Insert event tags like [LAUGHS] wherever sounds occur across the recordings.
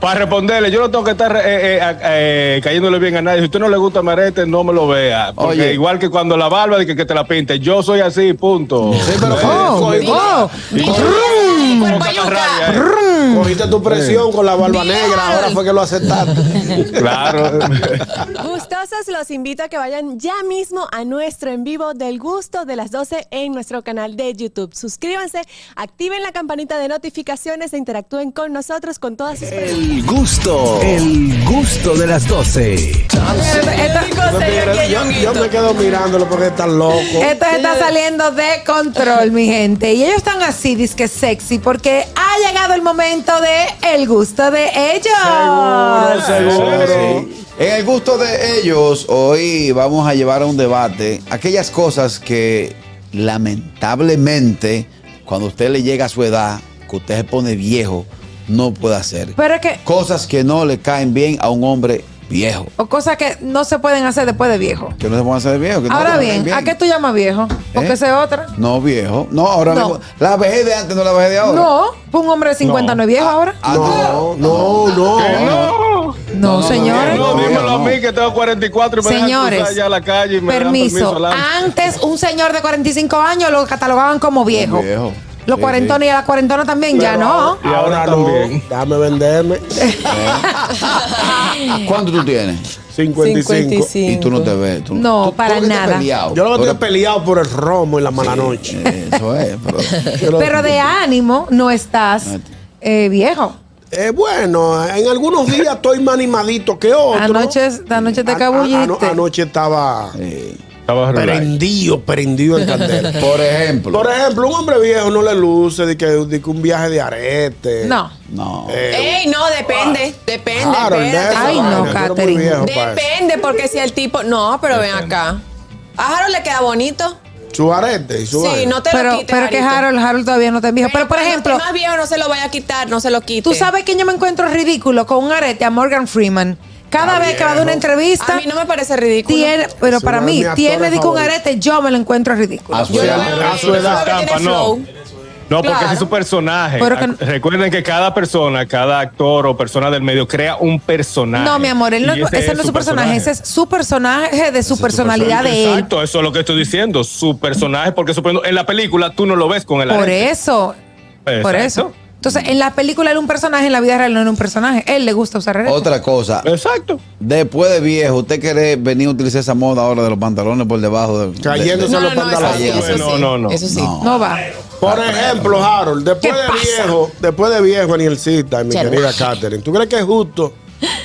Para responderle, yo no tengo que estar eh, eh, eh, cayéndole bien a nadie. Si a usted no le gusta Marete, no me lo vea. Porque Oye. igual que cuando la barba de que, que te la pinte, yo soy así, punto. Sí, pero Oh, cogiste, oh, Dile, cuerpo Saca yuca. rabia, eh. cogiste tu presión con la barba Bien. negra, ahora fue que lo [LAUGHS] aceptaste. Claro. Gustosos, los invito a que vayan ya mismo a nuestro en vivo del gusto de las 12 en nuestro canal de YouTube. Suscríbanse, activen la campanita de notificaciones e interactúen con nosotros con todas Eh, sus preguntas. El gusto, el gusto de las 12. Yo, te- yo- yo me quedo mirándolo porque está loco. Esto se está saliendo de control, mi gente. Y ellos están así, disque sexy, porque ha llegado el momento de el gusto de ellos. Seguro. En el gusto de ellos, hoy vamos a llevar a un debate aquellas cosas que lamentablemente, cuando usted le llega a su edad, que usted se pone viejo, no puede hacer. Pero es que, Cosas que no le caen bien a un hombre viejo. o cosas que no se pueden hacer después de viejo. Que no se pueden hacer viejo. que no Ahora le bien, caen ¿a qué tú llamas viejo? Porque ¿Eh? esa es otra. No, viejo. No, ahora No. mismo. La vejez de antes, no la vejez de ahora. No, pues un hombre de 50 no es viejo ahora. Ah, No, no, no. No, no, señores. no, no, no, dímelo a no. mí que tengo 44 y me dejan cruzar Señores, ya la calle y me dan permiso. Ah. permiso. Lance. Antes un señor de 45 años lo catalogaban como viejo. viejo. Los Sí, cuarentones y a las cuarentonas también, ya no. Y ahora también. Dame [LAUGHS] venderme. ¿Cuánto tú tienes? 55. Y tú no te ves. tú- No, tú- tú para lo que te has nada. peleado. Yo lo Tú que eres- estoy peleado por el romo y la mala noche. Eh, Eso es, [LAUGHS] pero. Yo lo- Pero de ánimo no estás eh, viejo. Eh, bueno, en algunos días estoy más animadito que otro. Anoche, anoche te este. An- ano- cabulliste. anoche estaba Estaba Ah, relax. prendido, prendido en candela. [LAUGHS] Por ejemplo. Por ejemplo, un hombre viejo no le luce de que, de que un viaje de arete. No. No. Eh, Ey, no, depende, depende, claro, espérate. esa Ay, no, vaina, yo era muy Catherine. viejo para eso. Depende, porque si el tipo. No, pero ven acá. A Harold le queda bonito. Su arete y su Sí, vaina. no te lo Pero, quites. pero que Jarito. Harold, Harold todavía no te viejo. Pero por cuando ejemplo, esté más viejo no se lo vaya a quitar, no se lo quite. tú sabes que yo me encuentro ridículo con un arete a Morgan Freeman. Cada vez que va de una A entrevista, mí no me parece ridículo. tiene, pero Ese para no es mí, mi actor tiene digo, un favorito. arete, yo me lo encuentro ridículo. A su Yo lo edad. veo a bien, su yo lo edad. veo que Estampa, no. tiene flow. No, porque Claro. ese es su personaje. Pero que- Ac- Recuerden que cada persona, cada actor o persona del medio crea un personaje. No, mi amor, él no- Y ese, no es su personaje, ese es su personaje de su personalidad personalidad. de él. Exacto, eso es lo que estoy diciendo. Su personaje, porque suponiendo en la película tú no lo ves con el Por arete. eso. Por eso. Exacto. Entonces, en la película era un personaje, en la vida real no era un personaje. Él le gusta usar redes. Otra cosa. Exacto. Después de viejo, ¿usted quiere venir a utilizar esa moda ahora de los pantalones por debajo? De, de- Cayéndose No, los no, no, eso, pantalones. sí, eso No, sí, no, no. Eso sí. No. No va. Por ejemplo, Harold, después ¿Qué de pasa? viejo, después de viejo, Anielcita, y mi Chelo. querida Catherine, ¿tú crees que es justo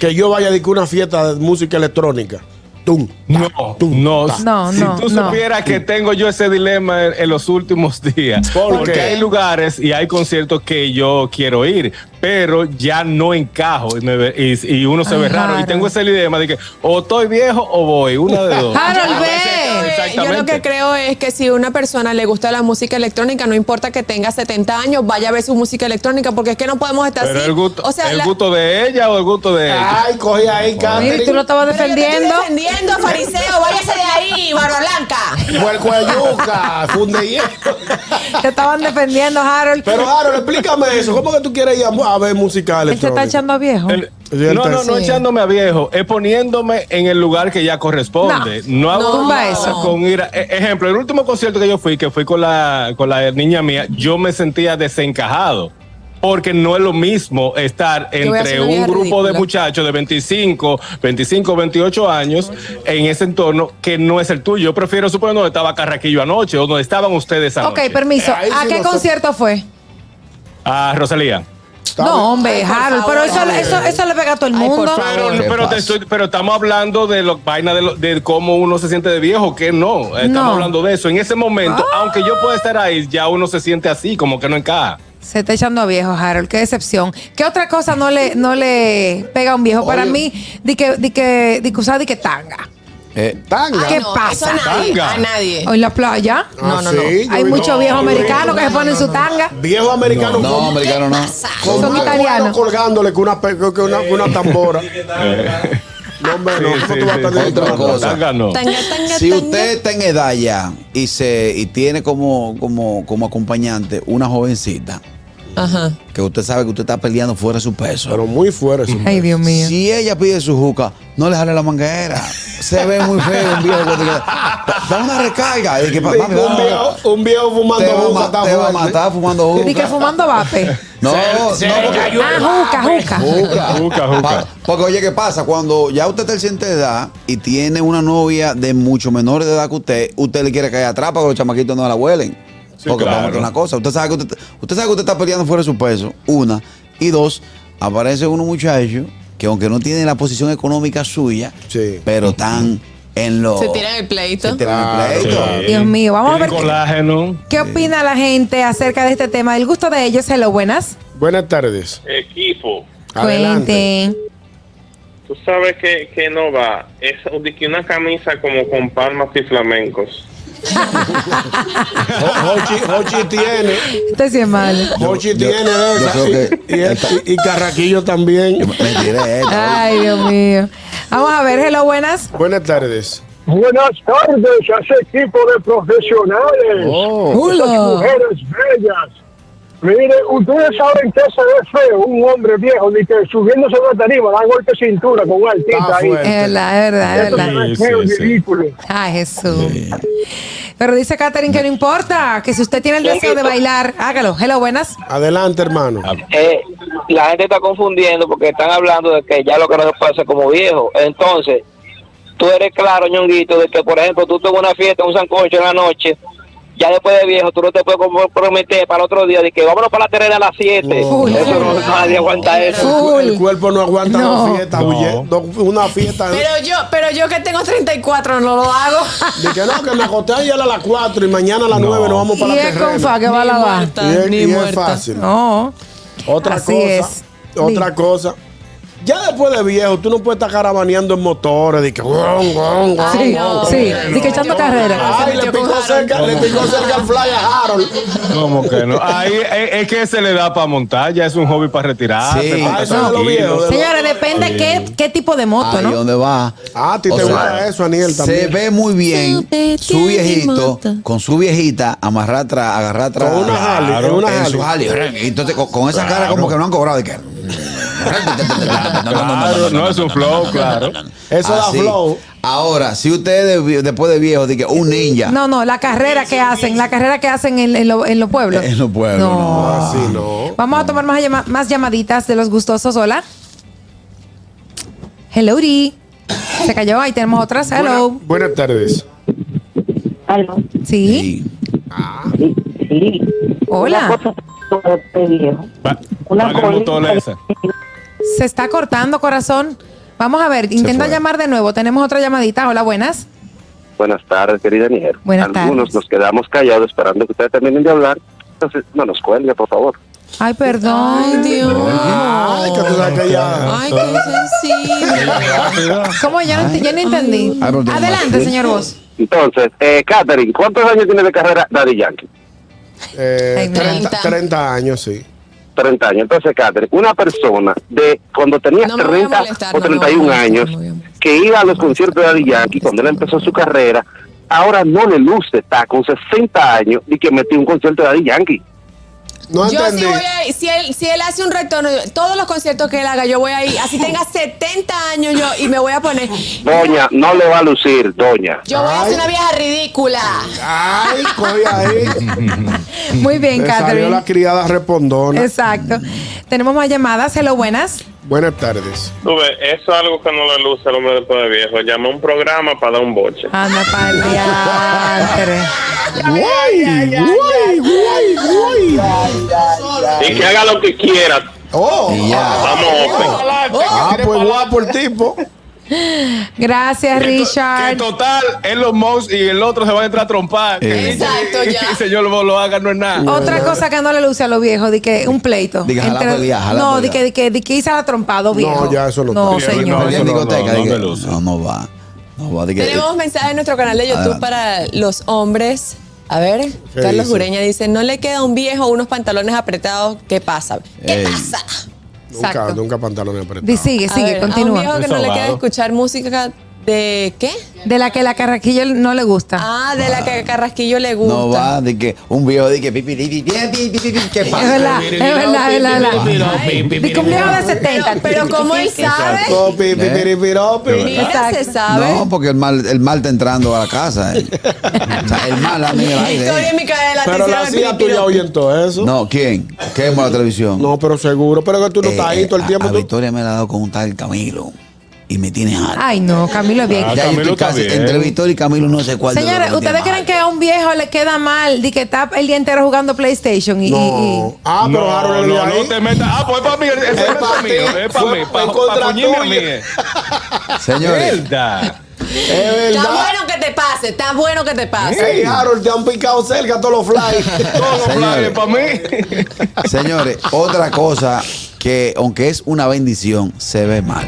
que yo vaya a dedicar una fiesta de música electrónica? Tum. No, no, No, si no, tú no. supieras que tengo yo ese dilema en, en los últimos días, ¿Por qué? porque hay lugares y hay conciertos que yo quiero ir, pero ya no encajo y, me ve- y- y uno se Ay, ve raro. Y Harold. tengo ese dilema de que o estoy viejo o voy, una de dos. Harold, Yo ve. creo- Yo lo que creo es que si a una persona le gusta la música electrónica, no importa que tenga 70 años, vaya a ver su música electrónica, porque es que no podemos estar Pero así. el gusto, o sea, el la- gusto de ella o el gusto de él. Ay, cogí ahí, Mira, tú lo Catherine. estabas Pero yo te estoy defendiendo. defendiendo, fariseo, váyase de ahí, barba blanca. Puerco de [LAUGHS] yuca, funde hierro. Te estaban defendiendo, Harold. Pero Harold, explícame eso. ¿Cómo que tú quieres ir a, a ver música Él te está electrónica? echando a viejo. El- Sí, no, no, entonces- no echándome a viejo, es poniéndome en el lugar que ya corresponde. No, No, hago tumba nada eso. con ir a- e- Ejemplo, el último concierto que yo fui, que fui con la, con la niña mía, yo me sentía desencajado. Porque no es lo mismo estar voy a entre hacer una un vida grupo de ridícula. muchachos de 25, 25, 28 años en ese entorno que no es el tuyo. Yo prefiero suponer donde estaba Carraquillo anoche o donde estaban ustedes ok, anoche. permiso. Eh, ahí ¿A sí qué no sé. concierto fue? Ah, Rosalía. bien. No, hombre, Ay, por Harold. favor, Pero eso, Harold. eso, eso le pega a todo el Ay, por mundo. favor. Pero, ¿Qué pero, te pasa? estoy- pero estamos hablando de lo, vaina de, lo- de cómo uno se siente de viejo, que no. Estamos No. hablando de eso. En ese momento, aunque yo pueda estar ahí, ya uno se siente así, como que no encaja. Se está echando a viejo, Harold. Qué decepción. ¿Qué otra cosa no le, no le pega a un viejo? Para Oye. mí, di que, di que, di que usar di que tanga. Eh, Tanga. Ah, ¿Qué Ah, No, pasa? eso a nadie, Tanga. a nadie. O en la playa. No, no, no. Ah, sí, yo Hay vi- muchos no, viejos yo vi- americanos que se ponen su tanga. Viejos no, americanos no, con- americano no. con Son más italianos. cuernos colgándole que una, pe- que una, que [LAUGHS] una tambora. No, hombre, no. Sí, sí, ¿Cómo tú vas a sí. estar Otra dedicando? cosa. Tanga no. Tanga, tanga, Si tanga. usted está en edad ya y, se, y tiene como, como, como acompañante una jovencita, Ajá. que usted sabe que usted está peleando fuera de su peso. Pero muy fuera eso. Ay, Dios mío. Si ella pide su juca, no le jale la manguera. Se ve muy feo un viejo. que te queda- Da- Da una recarga. Y que, pa- mami, un, dame- viejo, un viejo te va fumando a juca ma- está te va a fuerte. matar fumando Di que juca. fumando vape. No, no, porque- Ah, pues, juca, juca. Juca. Juca, juca. Pa- Porque oye, ¿qué pasa? Cuando ya usted está en cierta edad y tiene una novia de mucho menor de edad que usted, usted le quiere caer atrás para que los chamaquitos no la huelen. Sí, porque claro. vamos con la cosa. Usted sabe, que usted, usted sabe que usted está peleando fuera de su peso. Una. Y dos, aparece uno muchacho que aunque no tiene la posición económica suya, Sí. pero están en los... Se tiran el pleito. se tiran el Claro. pleito. Sí. Dios mío, vamos a Tienen ver qué- colágeno. ¿Qué opina la gente acerca de este tema? El gusto de ellos, hello, buenas. Buenas tardes. equipo. Adelante. Cuenten. Tú sabes que, que no va. Es de que una camisa como con palmas y flamencos. Ho- Hochi, Hochi tiene. Usted sí es malo. Hochi yo- tiene de yo esas. creo Y, y, él- y- y Carraquillo también. Me tiré esto. Ay, Dios mío. Vamos a ver, hello, buenas. Buenas tardes. Buenas tardes a ese equipo de profesionales, Oh. Hola. mujeres bellas. Mire, ustedes saben que se ve feo un hombre viejo, ni que subiéndose a una tarima da golpe de cintura con un Está artista ahí. Es fuerte. verdad, es verdad, es Eso verdad. se ve Sí, feo sí, y sí. ridículo. Ay, Jesús. Pero dice Katherine que no importa, que si usted tiene el deseo de bailar, hágalo. Hello, buenas. Adelante, hermano. Eh, la gente está confundiendo porque están hablando de que ya lo que no se puede hacer como viejo. Entonces, tú eres claro, ñonguito, de que, por ejemplo, tú tuviste una fiesta, un sancocho en la noche, ya después de viejo, tú no te puedes comprometer para el otro día de que vámonos para la terrena a las 7. Uy, Eso no, uy. nadie aguanta eso. Full. El cuerpo no aguanta No. una fiesta, No. huye- no, una fiesta. ¿eh? Pero yo, pero yo que tengo 34 no lo hago. De que no, que me acosté ayer a las 4 y mañana a las 9 nos vamos para Y la es terrena. con fa que va a Ni lavar. muerta, Y es, ni y es muerta. fácil. No. Otra Así cosa. es. Otra Di. cosa. Ya después de viejo, tú no puedes estar carabaneando en motores. De que, guau, guau, guau, Sí, guau. sí. Di que echando carrera. Ay, le metió con picó, Harold. cerca, le picó cerca el fly a Harold. ¿Cómo que no? Ahí es, es que se le da para montar, ya es un hobby para retirarse. Sí. para estar Ah, eso es de lo tranquilo. viejo. Señores, depende qué, qué tipo de moto, Ahí ¿no? donde va. Ah, a ti O te sea, gusta eso, Aniel, Se también. ve muy bien su viejito con su viejita amarrar atrás, agarrar atrás. Con una Harley, Claro, con una en su Harley. Harley. Y Entonces, con, con esa cara como que no han cobrado. [LAUGHS] y que- No, no, no, no, Claro, no es un flow, claro. Eso da Así. flow. Ahora, si ustedes vi- después de viejo, dije, un ninja. No, no, la carrera que hacen, la carrera que hacen en, en lo- en los pueblos. En los pueblos, no, Así no. Vamos a tomar más, llama- más llamaditas de los gustosos. Hola. Hello, Uri. Se cayó. Ahí tenemos otras. Hello. Buena- buenas tardes. Aló, Sí. Sí. sí, sí. Hola. Una cosa sobre este viejo. Va- Una vale colita. motolesa. Se está cortando, corazón. Vamos a ver. Intenta fue. llamar de nuevo. Tenemos otra llamadita. Hola, buenas. Buenas tardes, querida Nier. Buenas Algunos tardes. nos quedamos callados esperando que ustedes terminen de hablar. Entonces, no nos cuelgue, por favor. Ay, perdón. Ay, Dios. Ay, que tú sabes que ya. Ah. Ay, qué sensible. ¿Cómo? Yo no, ent- yo no entendí. Ay, perdón. Adelante, señor Vos. Entonces, eh, Catherine, ¿cuántos años tiene de carrera Daddy Yankee? Eh, Ay, 30, treinta. 30 años, sí. 30 años. Entonces, Catherine, una persona de cuando tenía No me voy a 30 molestar, o no me voy a 31 molestar, años, no me voy a molestar. que iba a los No me conciertos de molestar, Daddy no me Yankee cuando él molestar, empezó no su me molestar. carrera, ahora no le luce, está con 60 años y que metió un concierto de Daddy Yankee. No Yo sí entendí. voy a ir, si él, si él hace un retorno, yo- todos los conciertos que él haga, yo voy a ir, [LAUGHS] así tenga 70 años yo y me voy a poner, Doña, no le va a lucir, doña. yo voy a Ay. ser una vieja ridícula. Ay, cogí [LAUGHS] ahí. Muy bien, Le salió Catherine. la criada respondona. Exacto. Tenemos más llamadas. Hello, buenas. Buenas tardes. Tú ves, eso es algo que no le luce al hombre después de viejo. Llama a un programa para dar un boche. Anda pa'l diantre. Guay, guay, guay, guay. Y que haga lo que quiera. Oh, Y ya. Vamos, Open. ah, pues guapo el tipo. Gracias, Que Richard. total, él los mouse y el otro se van a entrar a trompar. Que Exacto, el ya. señor Bo lo haga, no es nada. Otra cosa que no le luce a los viejos, di que un pleito. Di que jala Entre- pelea, jala no, di pelea. que, di que, di que hice la trompada, viejo. ya eso no No, está bien. señor. No, Había en no, discoteca, no, no dije, me luce. no, no va. No va. dije, Tenemos mensaje en nuestro canal de YouTube Adelante. para los hombres. A ver, Ah. ¿Qué Carlos dice? Ureña dice, no le queda a un viejo unos pantalones apretados, ¿qué pasa? ¿Qué Ey. pasa? Nunca, Exacto. nunca pantalones apretados. Di, sigue, A Eh, sigue, ver, A un continúa. viejo que no le queda Desahogado. escuchar música ¿De qué? De la que la carraquillo no le gusta. Ah, de la que a Carrasquillo le gusta. No va de que un viejo de que pipi, pipi, pipi, pipi, pipi, ¿qué Es pasa? verdad, es verdad, es verdad. es verdad. Mi cumpleaños de 70. Pero como él sabe, ¿Eh? Piropi, piropi. mira, se sabe. No, porque el mal, el mal está entrando a la casa. [LAUGHS] eh. O sea, el mal anda en el aire. eh. Victoria y Micaela, te Pero la hicieron el hacía tuya pipirón. oyendo eso. No, ¿quién? Quemo la televisión. No, pero seguro. Pero que tú no Eh, estás ahí todo el a- tiempo. A, tú- Victoria me la ha dado con un tal Camilo. Y me tiene alto. Ay, no, Camilo es bien. Ah, ya yo Camilo estoy está casi bien. entre Victoria y Camilo no sé cuál. de los Señores, dos me tiene mal. ¿ustedes creen que a un viejo le queda mal de que está el día entero jugando PlayStation? Y, y- No. y- Ah, pero Harold le no, dio no ahí. te metas. Ah, pues para mí, ese Es es pa' para mí, ti. es para mí, Fue en para contra a mí. tuya. eh. Señores, Mierda. Es Está verdad. bueno que te pase, está bueno que te pase. Ey, Harold, te han picado cerca todos los [LAUGHS] flies. Todos los planes Señores. para mí. [LAUGHS] señores, otra cosa que, aunque es una bendición, se ve mal.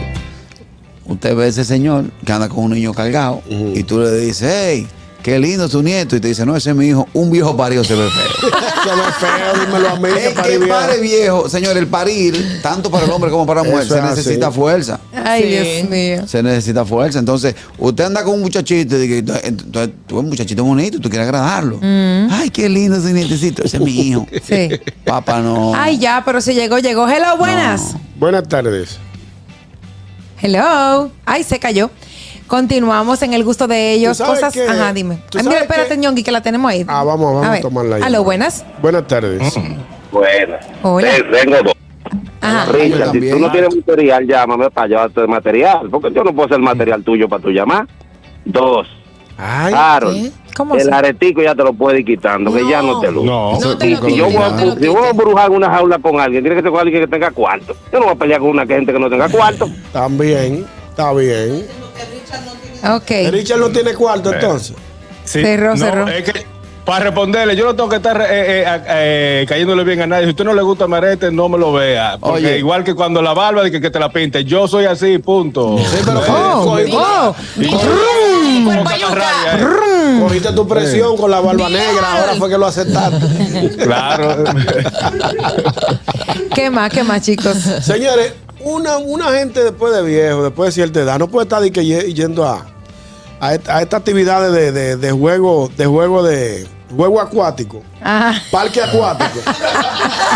Usted ve a ese señor que anda con un niño cargado y tú le dices, hey, qué lindo es tu nieto. Y te dice, no, ese es mi hijo. Un viejo parido se ve feo. Se me feo, dímelo a mí. que Es parí que bien. pare viejo, señor, el parir, tanto para el hombre como para la mujer, Eso se es así. necesita fuerza. ay, Sí. Dios mío. Se necesita fuerza. Entonces, usted anda con un muchachito y dice, "Tú- tú eres un muchachito bonito, tú quieres agradarlo. Mm. Ay, qué lindo ese nietecito. Ese es mi [LAUGHS] hijo. Sí. Papá, no. Ay, ya, pero si llegó, llegó. Hello, buenas. Buenas tardes. Hello. Ay, se cayó. Continuamos en el gusto de ellos. ¿Tú sabes Cosas. qué? Ajá, dime. ¿Tú Ay, mira, sabes espérate, qué? Ñongui, que la tenemos ahí. Ah, vamos, vamos a, ver. tomarla ahí. Hello, buenas. Buenas tardes. Bueno, Hola. te- tengo dos. Ah. Ajá. yo Richard, si también. tú no tienes material, llámame para yo darte material, porque yo no puedo hacer material tuyo para tu llamar. Dos, Ay, Harold, ¿Cómo el así? aretico ya te lo puedes ir quitando, que ya no te lo. No, No te lo Si yo quites, voy a, no te lo si yo voy a quites. embrujar en una jaula con alguien, tiene que ser con alguien que tenga cuarto. Yo no voy a pelear con una gente que no tenga cuarto. también. Está bien. Ok. Richard no tiene cuarto entonces. Sí, Cerró, cerró. Es que para responderle, yo no tengo que estar eh, eh, a- eh, cayéndole bien a nadie. Si usted no le gusta Marete, no me lo vea. Porque Oye. igual que cuando la barba de que, que te la pinte, yo soy así, punto. Sí, pero Oh, cogiste, oh. Como Cuerpo saca yuca. rabia, eh. cogiste tu presión con la barba Bien. negra. Ahora fue que lo aceptaste. [LAUGHS] Claro. [LAUGHS] ¿Qué más, qué más, chicos? Señores, una, una gente después de viejo, después de cierta edad, no puede estar de que ye- yendo a, a, est- a estas actividades de, de, de juego, de juego de juego acuático, Ajá. parque acuático.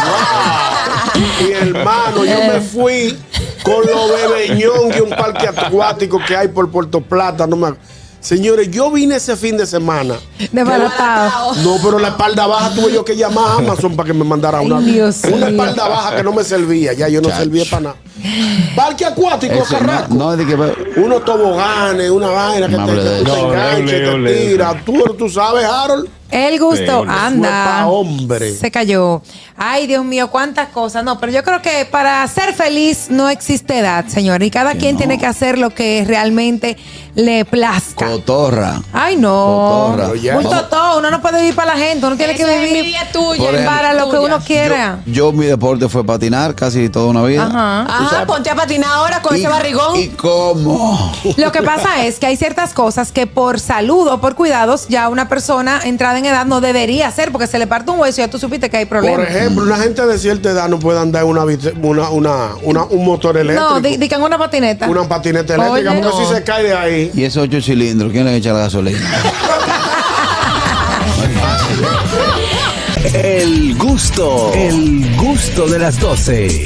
Wow. Y hermano, yo me fui con los bebeñón y un parque acuático que hay por Puerto Plata, no me ac- Señores, yo vine ese fin de semana. Desbaratado. No, pero la espalda baja tuve yo que llamar a Amazon para que me mandara Ay, una. Dios una mío. espalda baja que no me servía. Ya yo no Chacho. servía para nada. Parque acuático, Eso, no, carraco. no, de que, Unos toboganes, una vaina que No te, hable de que tú eso. te No, engancha y ole, ole, te ole. tira. Tú, tú sabes, Harold. El gusto, Peor. anda. Suelta, hombre. Se cayó. Ay, Dios mío, cuántas cosas. No, pero yo creo que para ser feliz no existe edad, señor. Y cada quien no. tiene que hacer lo que realmente le plazca. cotorra. Ay, no. Cotorra. Ya. Un totó. Uno no puede vivir para la gente. Uno tiene que Eso es vivir envidia tuya, Por ejemplo, para lo que tuya. uno quiera. Yo, mi deporte fue patinar casi toda una vida. [LAUGHS] Ajá. Ajá, Ah, ponte a patinar ahora con Y- ese barrigón. ¿Y cómo? [LAUGHS] Lo que pasa es que hay ciertas cosas que por salud o por cuidados ya una persona entrada en edad no debería hacer porque se le parte un hueso y ya tú supiste que hay problemas. Por ejemplo, una gente de cierta edad no puede andar en una, bici- una, una, una- un motor eléctrico. no, di, di que en una patineta. una patineta eléctrica, Oye, porque no. si se cae de ahí. Y esos ocho cilindros, ¿quién le echa la gasolina? El gusto, el gusto de las 12.